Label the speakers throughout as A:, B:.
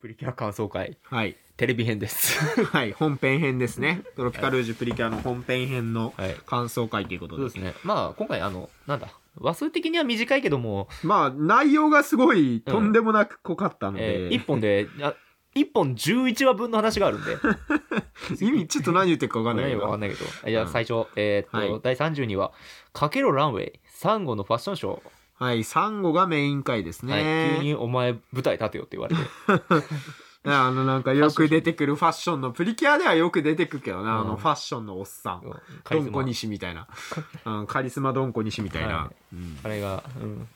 A: プリキュア感想会
B: はい。
A: テレビ編です。
B: はい。本編編ですね。トロピカルージュプリキュアの本編編の
A: はい。
B: 感想会ということ
A: そうで。
B: で
A: すね。まあ今回あのなんだ話数的には短いけども、
B: まあ、内容がすごい、とんでもなく濃かったので、
A: えー一本であ一本十一話分の話があるん で。
B: 意味、ちょっと何言ってるか分かんない
A: 何
B: け
A: わかん
B: ど。
A: ないけど。いや
B: うん
A: 最初えーっと、
B: はい
A: 第三十にはかけろランウェイサンゴのファッションショー。
B: はい、サンゴがメイン回です
A: はい
B: ね。
A: 急にお前舞台立てよって言 われて。
B: あの、なんかよく出てくるファッションの、プリキュアではよく出てくるけどな、
A: うん
B: あの、ファッションのおっさん。
A: カ
B: ド
A: リ
B: ン
A: ス
B: コ
A: マ
B: 西みた いな。うんカリスマドンコ西みたいな。
A: は
B: うん
A: あれが、うん、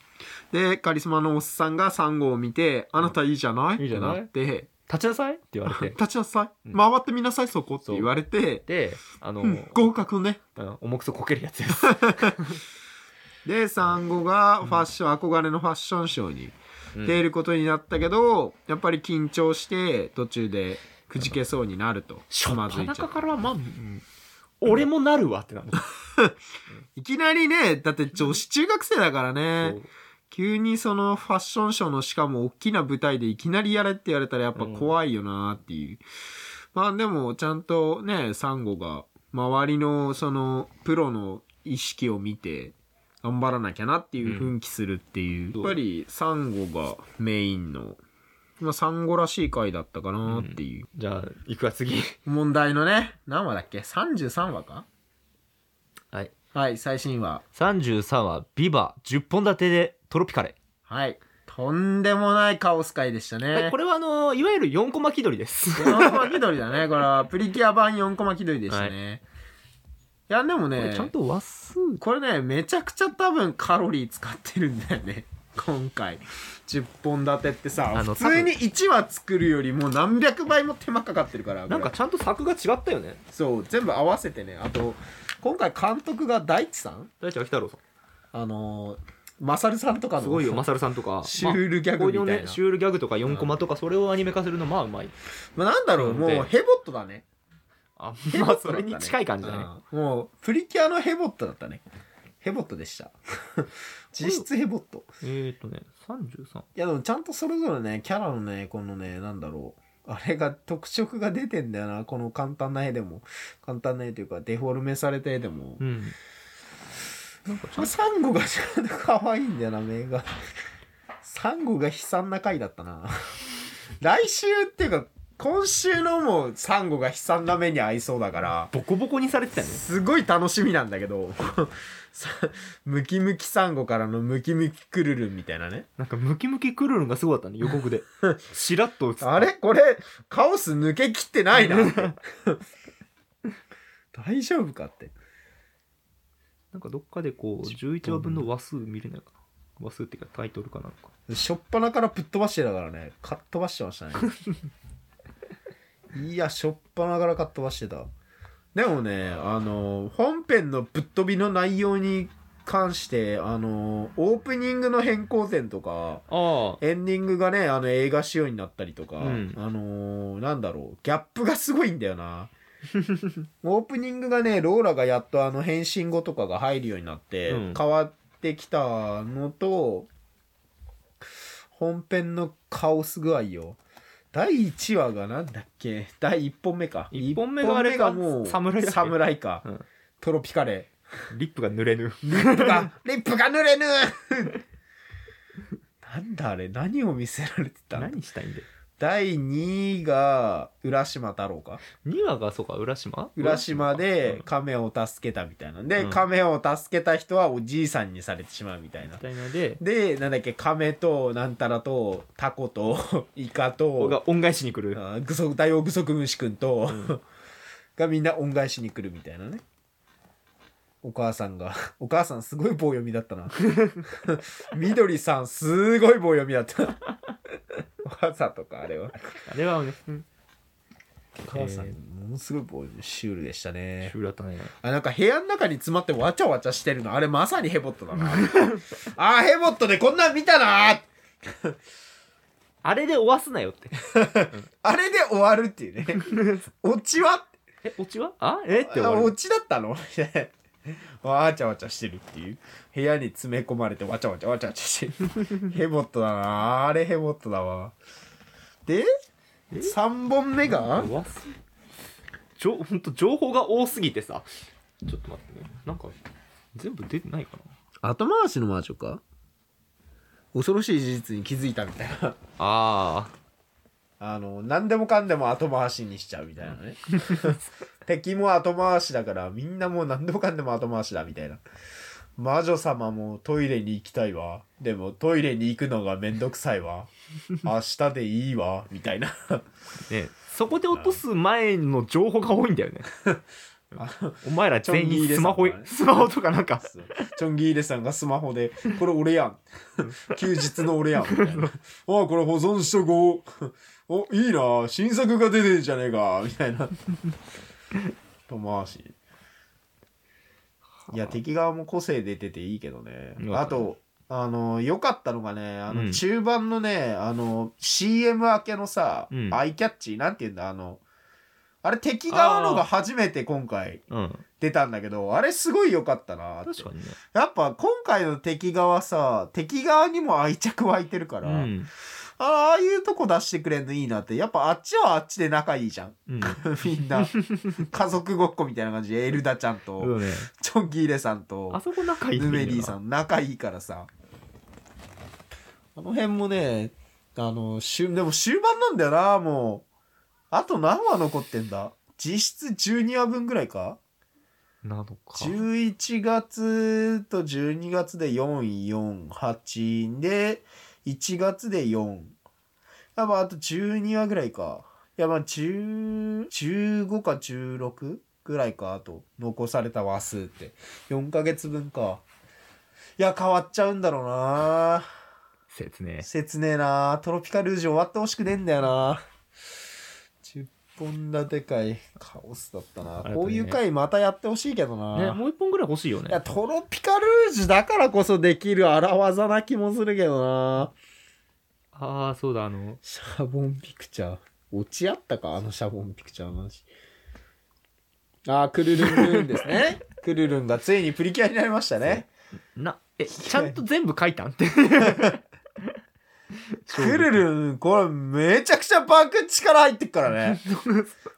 B: で、カリスマのおっさんがサンゴを見て、あなたいいじゃない
A: いいじゃない
B: ってなって、
A: 立ちなさいって言わ れて。
B: 立ちなさい、
A: うん
B: 回ってみなさい、そこって言われて、
A: で、あの、
B: うん合格ね。
A: うん重くそこけるやつです。
B: で、サンゴがファッション、憧れのファッションショーに
A: うん
B: 出ることになったけど、やっぱり緊張して、途中でくじけそうになると。
A: 初っ
B: つまずいちゃう
A: 端からまあ、俺もなるわってなる、
B: いきなりね、だって女子中学生だからね、急にそのファッションショーのしかも大きな舞台でいきなりやれって言われたらやっぱ怖いよなっていう。まあでもちゃんとね、サンゴが周りのそのプロの意識を見て頑張らなきゃなっていう
A: うん
B: 奮起するっていう。
A: そう
B: やっぱりサンゴがメインの、まあサンゴらしい回だったかなっていう。
A: じゃあ行くわ次
B: 問題のね、何話だっけ ?33 話か
A: はい
B: はい、最新話。
A: 33話「ビバ10本立てでトロピカレ
B: はい。とんでもないカオス回でしたね。
A: はい、これはあのーいわゆる4コマ気取りです
B: 4コマ気取りだね。これはプリキュア版4コマ気取りでしたね。い、や、でも
A: こ
B: ね
A: れちゃんと話数
B: これね、めちゃくちゃ多分カロリー使ってるんだよね。 今回。10本立てってさ、
A: あの
B: 普通に1話作るよりも何百倍も手間かかってるから。これ
A: なんかちゃんと作が違ったよね
B: そう、全部合わせてね。あと、今回監督が大地さん
A: 大地秋太郎さん
B: あのー、マサルさんとかの。
A: すごいよマサルさんと か
B: シュールギャグみたいな
A: まあこううねシュールギャグとか4コマとかそれをアニメ化するのまあうまい
B: まあ、なんだろう、もう
A: うん
B: ヘボットだね。
A: あ
B: ヘボ
A: ま
B: ッ
A: あ
B: ト
A: そ
B: だったね
A: れに近い感じだね、
B: うんもうプリキュアのヘボットだったねヘボットで した実質ヘボット
A: えーっとね33
B: いやでもちゃんとそれぞれねキャラのねこのねなんだろうあれが特色が出てんだよなこの簡単な絵でも簡単な絵というかデフォルメされた絵でも、
A: うんなんかちゃんと
B: サンゴがちゃんと可愛いんだよな目がサンゴが悲惨な回だったな来週っていうか今週のもうサンゴが悲惨な目に遭いそうだから
A: ボコボコにされてたよね
B: すごい楽しみなんだけど さムキムキサンゴからのムキムキクルルンみたいなね
A: なんかムキムキクルルンがすごかったね予 告でしらっと映った
B: あれこれカオス抜けきってないな 大丈夫かって
A: なんかどっかでこう11話分の話数見れないかな話数っていうかタイトルかなんか
B: しょっぱなからぶっ飛ばしてたからねかっ飛ばしてま したねいやしょっぱなからかっ飛ばしてたでもねあの本編のぶっ飛びの内容に関してあのオープニングの変更点とか
A: あ
B: エンディングがねあの映画仕様になったりとか、
A: うん
B: あのーなんだろうギャップがすごいんだ よなオープニングがねローラがやっとあの変身後とかが入るようになって、
A: うん
B: 変わってきたのと本編のカオス具合よ第1話がなんだっけ第1本目か
A: 一本目があれか
B: 一本目がもう
A: 侍だっけ
B: 侍か、
A: うん
B: トロピカレー
A: あリップが濡れぬ
B: リップが、リップが濡れぬ なんだあれ何を見せられてた
A: 何したいんだよ
B: 第2位が浦島太郎か
A: 2話がそうか浦島
B: 浦島で
A: か
B: 亀を助けたみたいなで、
A: うん
B: 亀を助けた人はおじいさんにされてしまうみたい
A: み
B: な
A: たいなので
B: でなんだっけ亀となんたらとタコとイカ
A: ここ
B: と
A: が恩返しに来る
B: あグソ大王グソクムシ君と、
A: うん
B: がみんな恩返しに来るみたいなねお母さんが お母さんすごい棒読みだ ったなみどりさんすごい棒読みだった お母さんとかあれは
A: あれはねうん
B: お母さん、
A: え
B: ものすごい棒読みシュールでしたね
A: シュールだったね
B: あなんか部屋の中に詰まってわちゃわちゃしてるのあれまさにヘボットだ なあーヘボットでこんなん見たな
A: あれで終わすなよって
B: あれで終わるってい うねオチは
A: えオチはあえって終
B: あ
A: わ
B: オ
A: る
B: チだったの わちゃわちゃしてるっていう部屋に詰め込まれてわ ちゃわちゃわちゃわちゃしてるヘボットだなあれヘボットだわで
A: え
B: 3本目が
A: わすじょほんと情報が多すぎてさちょっと待ってねなんか全部出てないかな
B: 後回しの魔女か恐ろしい事実に気づいたみたいな
A: あ
B: あの何でもかんでも後回しにしちゃうみたいなね敵も後回しだからみんなもう何でもかんでも後回しだみたいな魔女様もトイレに行きたいわでもトイレに行くのがめんどくさいわ明日でいいわみたいな
A: あねそこで落とす前の情報が多いんだよね
B: あ
A: お前ら全員スマホ
B: ちょんぎりです
A: スマホとかなんか
B: そうチョンギーレさんがスマホで「これ俺やん休日の俺やん」みたいな「おいこれ保存しとこう」「おいいな新作が出てんじゃねえか」みたいな後回しいや敵側も個性出てていいけどね
A: うん
B: あとあの良かったのがねあ
A: う
B: の
A: ん
B: 中盤のね、あの CM 明けのさ、
A: うん
B: アイキャッチなんていうんだあのあれ敵側のが初めて今回
A: うん
B: 出たんだけどあれすごい良かったなって
A: 確かにね
B: やっぱ今回の敵側さ敵側にも愛着湧いてるか
A: う
B: ら、
A: ん
B: あああいうとこ出してくれんのいいなってやっぱあっちはあっちで仲いいじゃん
A: う ん
B: みんな家族ごっこみたいな感じでエルダちゃんと、
A: そうね
B: チョンギーレさん
A: あ
B: と
A: そこ仲いい
B: ヌメリー
A: ん
B: さん仲いいからさあの辺もねあの終でも終盤なんだよなもうあと何話残ってんだ実質12話分ぐらいか
A: なのか
B: 11月と12月で448で1月で4あ,、まあ、あと12話ぐらいかいやまあ10 15か16ぐらいかあと残された話数って4ヶ月分かいや変わっちゃうんだろうな
A: 説明
B: 切ねえなトロピカルージュ終わってほしくねえんだよな10本立て回カオスだったな、
A: あれだね
B: こういう回またやってほしいけどな、
A: ねもう一本ぐらい欲しいよ
B: いや
A: ね
B: トロピカルージュだからこそできる荒技な気もするけどな
A: ああそうだあの
B: シャボンピクチャー落ち合ったかあのシャボンピクチャーの話あークルルンルーンで すねクルルンがついにプリキュアになりましたね
A: なえちゃんと全部書いたんって
B: クルルンこれめちゃくちゃバク力入ってっか らね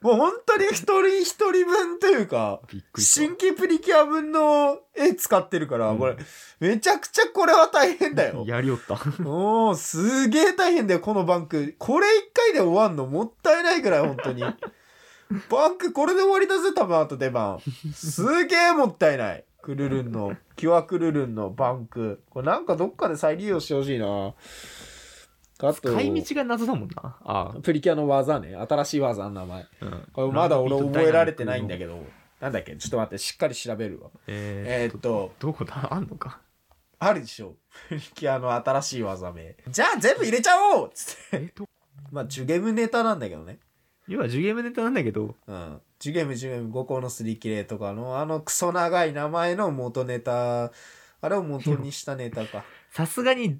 B: もう本当に一人一人分というか
A: びっくりした
B: 新規プリキュア分の絵使ってるから、
A: うん
B: これめちゃくちゃこれは大変だよ
A: やりよった
B: おー、すげえ大変だよ、このバンク。これ一回で終わんのもったいないぐらい、本当に。バンクこれで終わりだぜ、多分、あと出番。すげえもったいない。クルルンの、キュアクルルンのバンク。これなんかどっかで再利用してほしいな。あと、
A: 使い道が謎だもんなあ
B: プリキュアの技ね。新しい技の名前。
A: あ、うん、
B: これまだ俺覚えられてないんだ
A: ど
B: けど。なんだっけちょっと待って、しっかり調べるわ。
A: えー
B: えー
A: っ
B: っ
A: と
B: と、
A: どこだあんの か
B: あるでしょ。 プリキュアの新しい技名。じゃあ全部入れちゃおうつって。
A: えど
B: まあ、ジュゲムネタなんだけどね。
A: 要はジュゲームネタなんだけど
B: うん。ジュゲムジュゲム5個のすり切れとかの、あのクソ長い名前の元ネタ、あれを元にしたネ タか。
A: さすがに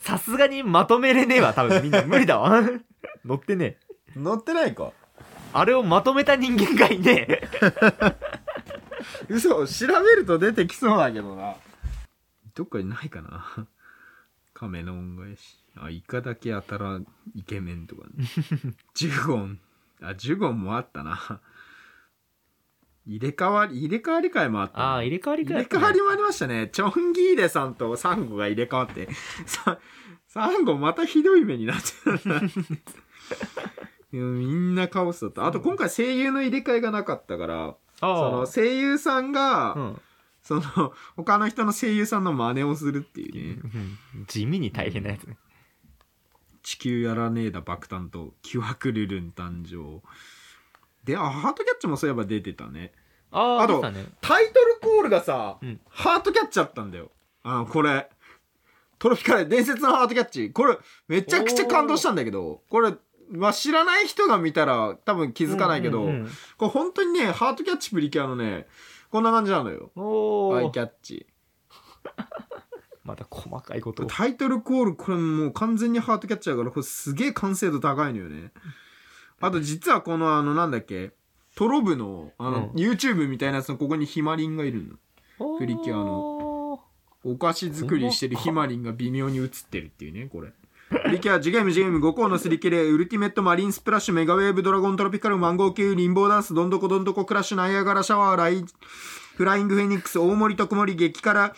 A: さすがにまとめれねえわ多分みんな無理だわ 乗ってねえ
B: 載ってないか
A: あれをまとめた人間がいねえ
B: 嘘、調べると出てきそうだけどな。どっかにないかな。亀の恩返し。あ、イカだけ当たらイケメンと かね。ジュゴン。あ、ジュゴンもあったな。入れ替わり、入れ替わり会もあったな
A: ああ入れ替わりか
B: 入れ替わりもありましたね。チョンギーレさんとサンゴが入れ替わって、さサンゴまたひどい目になってたないやみんなカオスだった。あと今回声優の入れ替えがなかったから、そ
A: あ
B: の声優さんが、
A: あうん
B: その他の人の声優さんの真似をするっていうね。
A: うん地味に大変なやつね
B: 地球やらねえだ爆誕と、キュアクルルン誕生。で、あ、ハートキャッチもそういえば出てたね。
A: ああ
B: あ
A: 出
B: と
A: てたね
B: タイトルコールがさ、
A: うん
B: ハートキャッチだったんだよ。あの、これ。トロピカル伝説のハートキャッチ。これ、めちゃくちゃ感動したんだけど、これ、まあ、知らない人が見たら多分気づかないけど、
A: うんうんうん
B: これ本当にね、ハートキャッチプリキュアのね、こんな感じなのよ。
A: お
B: アイ
A: お
B: キャッチ。
A: また細かいことを
B: タイトルコール、これもう完全にハートキャッチだから、これすげえ完成度高いのよね。あと実はこのあの、なんだっけ、トロブの、あの、
A: うん
B: YouTube みたいなやつのここにヒマリンがいるの。プリキュア
A: の
B: お菓子作りしてるひまりんが微妙に映ってるっていうねこれプリキュア、ジュゲーム、ジュゲーム、5校のすり切れ、ウルティメット、マリンスプラッシュ、メガウェーブ、ドラゴン、トロピカル、マンゴー級、リンボーダンス、どんどこどんどこ、クラッシュ、ナイアガラ、シャワー、ライ、フライング、フェニックス、大盛り、特盛り、激辛、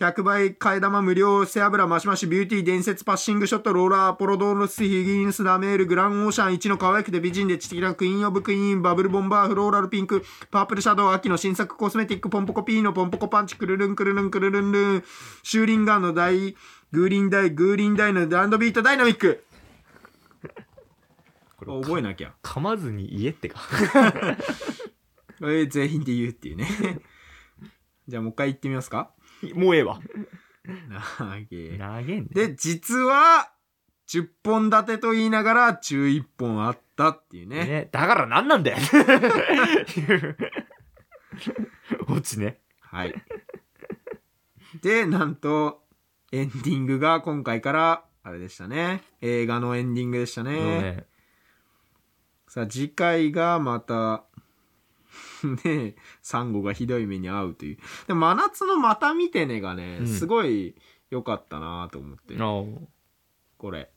B: 100倍、替え玉無料、背脂、マシマシ、ビューティー、伝説、パッシングショット、ローラー、アポロドーロス、ヒギンス、ダメール、グランオーシャン、1の可愛くて美人で知的なクイーン・オブ・クイーン、バブル・ボンバー、フローラル・ピンク、パープル・シャドウ、秋の新作コスメティック、ポンポコ・ピーノ、ポンポコ・パンチ、クルルン、クルルン、クルルンルン、シューリンガンの大、 グーリンダイ、グーリンダイのランドビート、ダイナミック
A: これ
B: 覚えなきゃ。
A: 噛まずに言えってか
B: えー全員で言うっていうね。 じゃあもう一回言ってみますか。
A: もうええわ
B: なげ
A: 投げんね
B: で、実は、10本立てと言いながら11本あったっていうね。
A: ねだからなんなん だよ オチね
B: はい。で、なんと、エンディングが今回から、あれでしたね。映画のエンディングでしたね。
A: ね
B: さあ、次回がまた、 ねえ、サンゴがひどい目に遭うという。でも、真夏のまた見てねがね、
A: うん
B: すごい良かったなと思って。
A: あ
B: これ。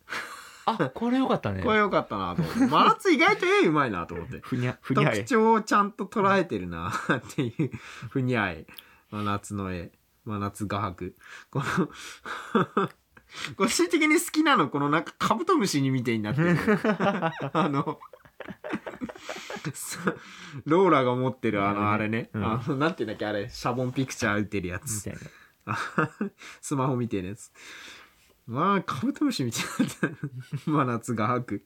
A: あこれよかったね
B: これ良かったなと思 って。真夏意外と絵うまいなと思って。
A: ふにゃふにゃ
B: 特
A: え
B: 徴をちゃんと捉えてるなっていうふにゃい真夏の絵真夏画伯この個人的に好きなのこのなんかカブトムシにみたいになってるあのそうローラが持ってるあのあ
A: あ
B: れ
A: れ
B: ね、
A: うん
B: あのなんていうんだっけあれシャボンピクチャー打ってるや
A: み
B: つ
A: たいな
B: スマホみてえなやつまあカブトムシみたいになってる真夏画伯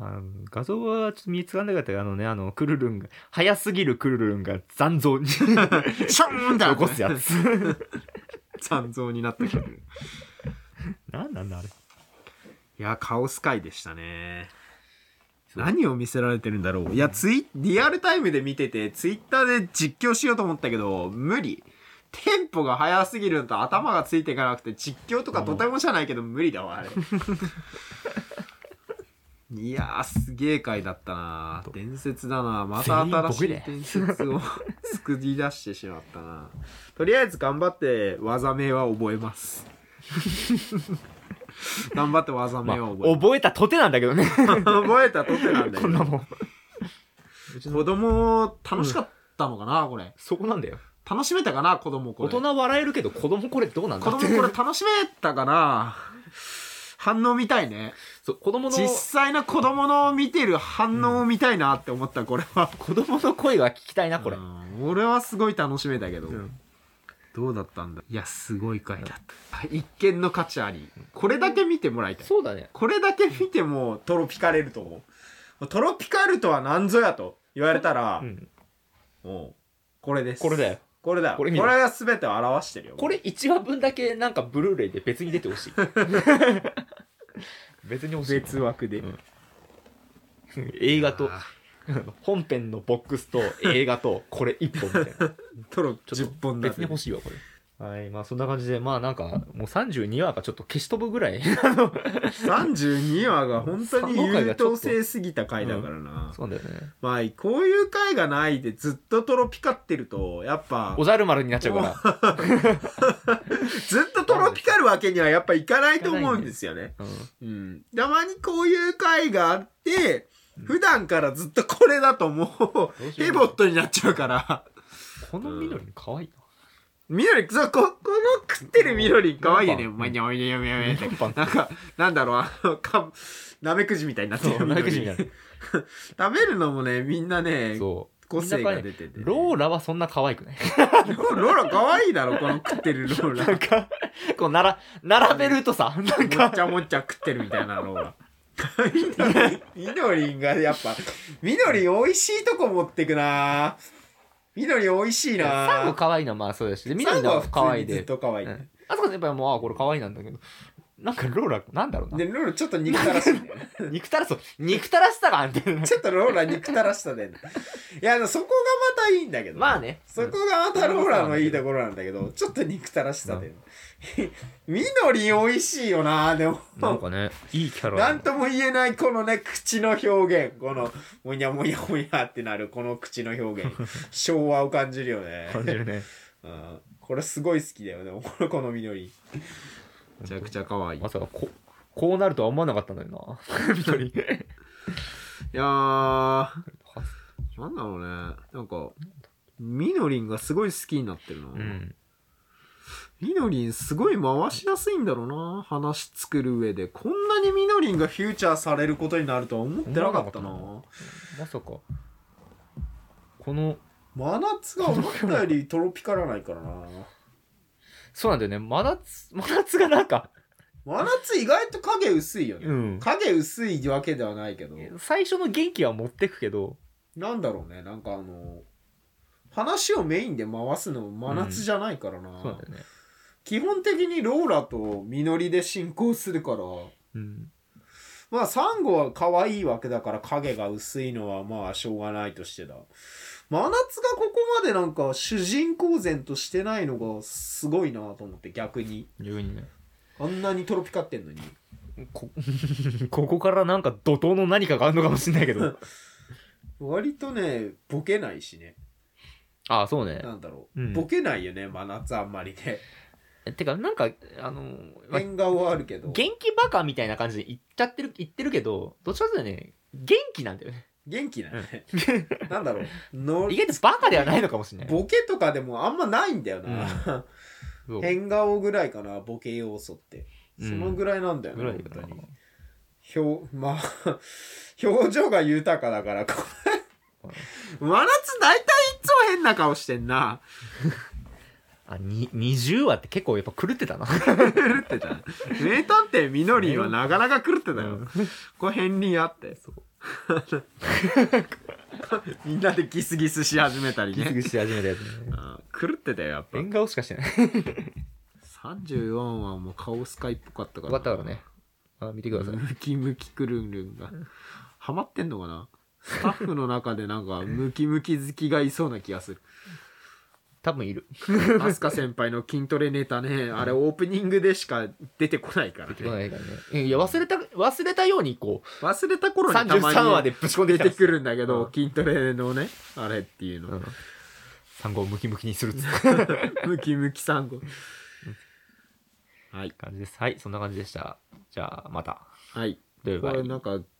A: あの画像はちょっと見つかんなかったけどあのねあのクルルンが早すぎるクルルンが残像に シ
B: ショーンだ
A: 起こすやつ
B: 残像になったけど
A: なんなんだあれ
B: いや、カオス回でしたね。何を見せられてるんだろう。いや、ツイ、リアルタイムで見てて、ツイッターで実況しようと思ったけど、無理。テンポが速すぎるのと頭がついていかなくて、実況とかとてもじゃないけど無理だわ、あれ。いやー、すげえ回だったな伝説だなまた新しい
A: 全
B: 伝説を 作り出してしまったなとりあえず頑張って技名は覚え ます。頑張って技
A: まあ
B: 名は覚えます。
A: 覚えたとてなんだけどね
B: 覚えたとてなんだ
A: こ
B: よ
A: んなもん
B: 子供楽しかったのかな、これ
A: そこなんだよ
B: 楽しめたかな子供こ
A: 大
B: れ
A: 人笑えるけど子供これどうなんだ
B: 子供
A: っ
B: こ
A: て
B: れ楽しめたかな反応見たいね
A: そう子供の
B: 実際の子供の見てる反応を見たいなって思ったこれは、
A: 子供の声は聞きたいなこれ、
B: うん俺はすごい楽しめたけど、
A: うん
B: どうだったんだいやすごい回だった、一見の価値ありこれだけ見てもらいたい
A: そうだね
B: これだけ見てもトロピカれると思うトロピカルとは何ぞやと言われたら、
A: うん
B: もうこれです
A: これだよ
B: これだよこ
A: こ
B: れ
A: れ見ろ
B: が全てを表してるよ
A: これ1話分だけなんかブルーレイで別に出てほ しい別に欲しい
B: 別枠で、
A: うん映画と
B: あ
A: 本編のボックスと映画とこれ1本みたい な
B: ートロ
A: ちょ
B: 10
A: っと
B: 本だ
A: 別に欲しいわこれはいまあそんな感じでまあなんかもう32話がちょっと消し飛ぶぐらい あの
B: 32話が本当に優等生すぎた回だからな、
A: そうなんだよね
B: まあこういう回がないでずっとトロピカってるとやっぱ
A: おじゃる丸になっちゃうから、
B: ずっとトロピカるわけにはやっぱいかないと思うんですよね
A: うん
B: うんたまにこういう回があって
A: うん
B: 普段からずっとこれだともう
A: どうしよう
B: ヘボットになっちゃうから
A: この緑可愛い
B: 緑、そう、こ、この食ってる緑、かわいいよね。
A: うん
B: まあ、にゃおいにゃおいにゃおいって
A: 何番
B: なんか、なんだろう、あの、か、なめくじみたいにな
A: な
B: ってる。
A: そう中島みた
B: 緑
A: い
B: 食べるのもね、みんなね
A: な、そう
B: 個性が出てて。
A: ローラはそんな可愛くない
B: ラ、ローラかわいいだろ、この食ってるロー
A: な
B: ラ。も
A: んかこうなら並べるとさなん
B: っ
A: か
B: ちゃもっちゃ食ってるみたいなローラ。緑がやっぱ、緑美味しいとこ持ってくな緑美味しいな
A: サンゴ可愛いのはまあそうだしで緑の
B: サンゴ
A: は
B: は普通に
A: 可愛いで
B: ずっと可愛い。
A: うんあそこやっぱりもうあこれ可愛いなんだけどなんかローラなんだろう
B: で、
A: な
B: ローラちょっと肉たらしいんだよね。
A: 憎たらそう憎たらしさがあんて
B: ちょっとローラ憎たらしたね。いや、そこがまたいいんだけど。
A: まあね
B: そこがまたローラのいいところなんだけど、ちょっと憎たらしさで。緑美味しいよな、でも。
A: なんかねいいキャラ
B: なんとも言えないこのね、口の表現。この、もにゃもにゃもにゃってなるこの口の表現。 昭和を感じるよね。
A: 感じるね
B: うんこれすごい好きだよね。このこの緑。めちゃくちゃ可愛いい
A: まさかここうなるとは思わなかったんだ よな緑
B: やーなんだろうねなんかみのりんがすごい好きになってるな、
A: うん
B: みのりんすごい回しやすいんだろうな話作る上でこんなにみのりんがフューチャーされることになるとは思ってなかったな
A: 思まさかこの
B: 真夏が思ったよりトロピカらないからな
A: そうなんだよね真夏真夏がなんか
B: 真夏意外と影薄いよね、
A: うん
B: 影薄いわけではないけど
A: 最初の元気は持ってくけど
B: なんだろうねなんかあの話をメインで回すのも真夏じゃないからな、
A: そうなんだよね
B: 基本的にローラとみのりで進行するから
A: うん
B: まあサンゴは可愛いわけだから影が薄いのはまあしょうがないとしてだ真夏がここまでなんか主人公然としてないのがすごいなと思って逆に
A: 逆にね
B: あんなにトロピカってんのに
A: こここからなんか怒涛の何かがあるのかもしれないけ ど
B: 割とねボケないしね
A: ああそうね
B: なんだろう、
A: うん
B: ボケないよね真夏あんまりね
A: えてかなんかあのまあ
B: 変顔はあるけど
A: 元気バカみたいな感じで言っちゃってる言ってるけどどっちかというとね元気なんだ よね
B: 元気だねなんだろうの
A: 意外とバカではないのかもしれない
B: ボケとかでもあんまないんだよな、
A: そう
B: 変顔ぐらいかなボケ要素って
A: う
B: そ
A: ん
B: のぐらいなんだよね、
A: ぐらい
B: 本
A: か
B: 当
A: な
B: に表まあ 表情が豊かだからこれ真夏大体いつも変な顔してんな
A: あに20話って結構やっぱ狂って たな
B: 狂ってた名探偵みのりんはなかなか狂ってたよ、
A: うん
B: これ片鱗 あって
A: そう
B: みんなでギスギスし始めたり
A: ギス
B: ね
A: ギスし始めたやつね
B: あー狂ってたよやっぱ
A: 変顔しかしてない
B: 34はもう顔スカイっぽかったから
A: よかったからねあ見てください、
B: ムキムキくるんるんがハマってんの かなスタッフの中でなんかムキムキ好きがいそうな気がす る
A: 多分いる
B: アスカ先輩の筋トレネタねあれオープニングでしか出てこないから
A: 出てこ
B: ね
A: ないからねえいや忘れた忘れたようにこう
B: 忘れた頃にたまに
A: 33話でぶち込んで
B: 出
A: きたん
B: て
A: です
B: く
A: よ
B: るんだけど、
A: うん
B: 筋トレのねあれっていうの、
A: うん産後をムキムキにするっつう
B: ムキムキさんごはい
A: 感じですはいそんな感じでしたじゃあまた
B: はい
A: バイ
B: こ
A: バイ
B: れなんか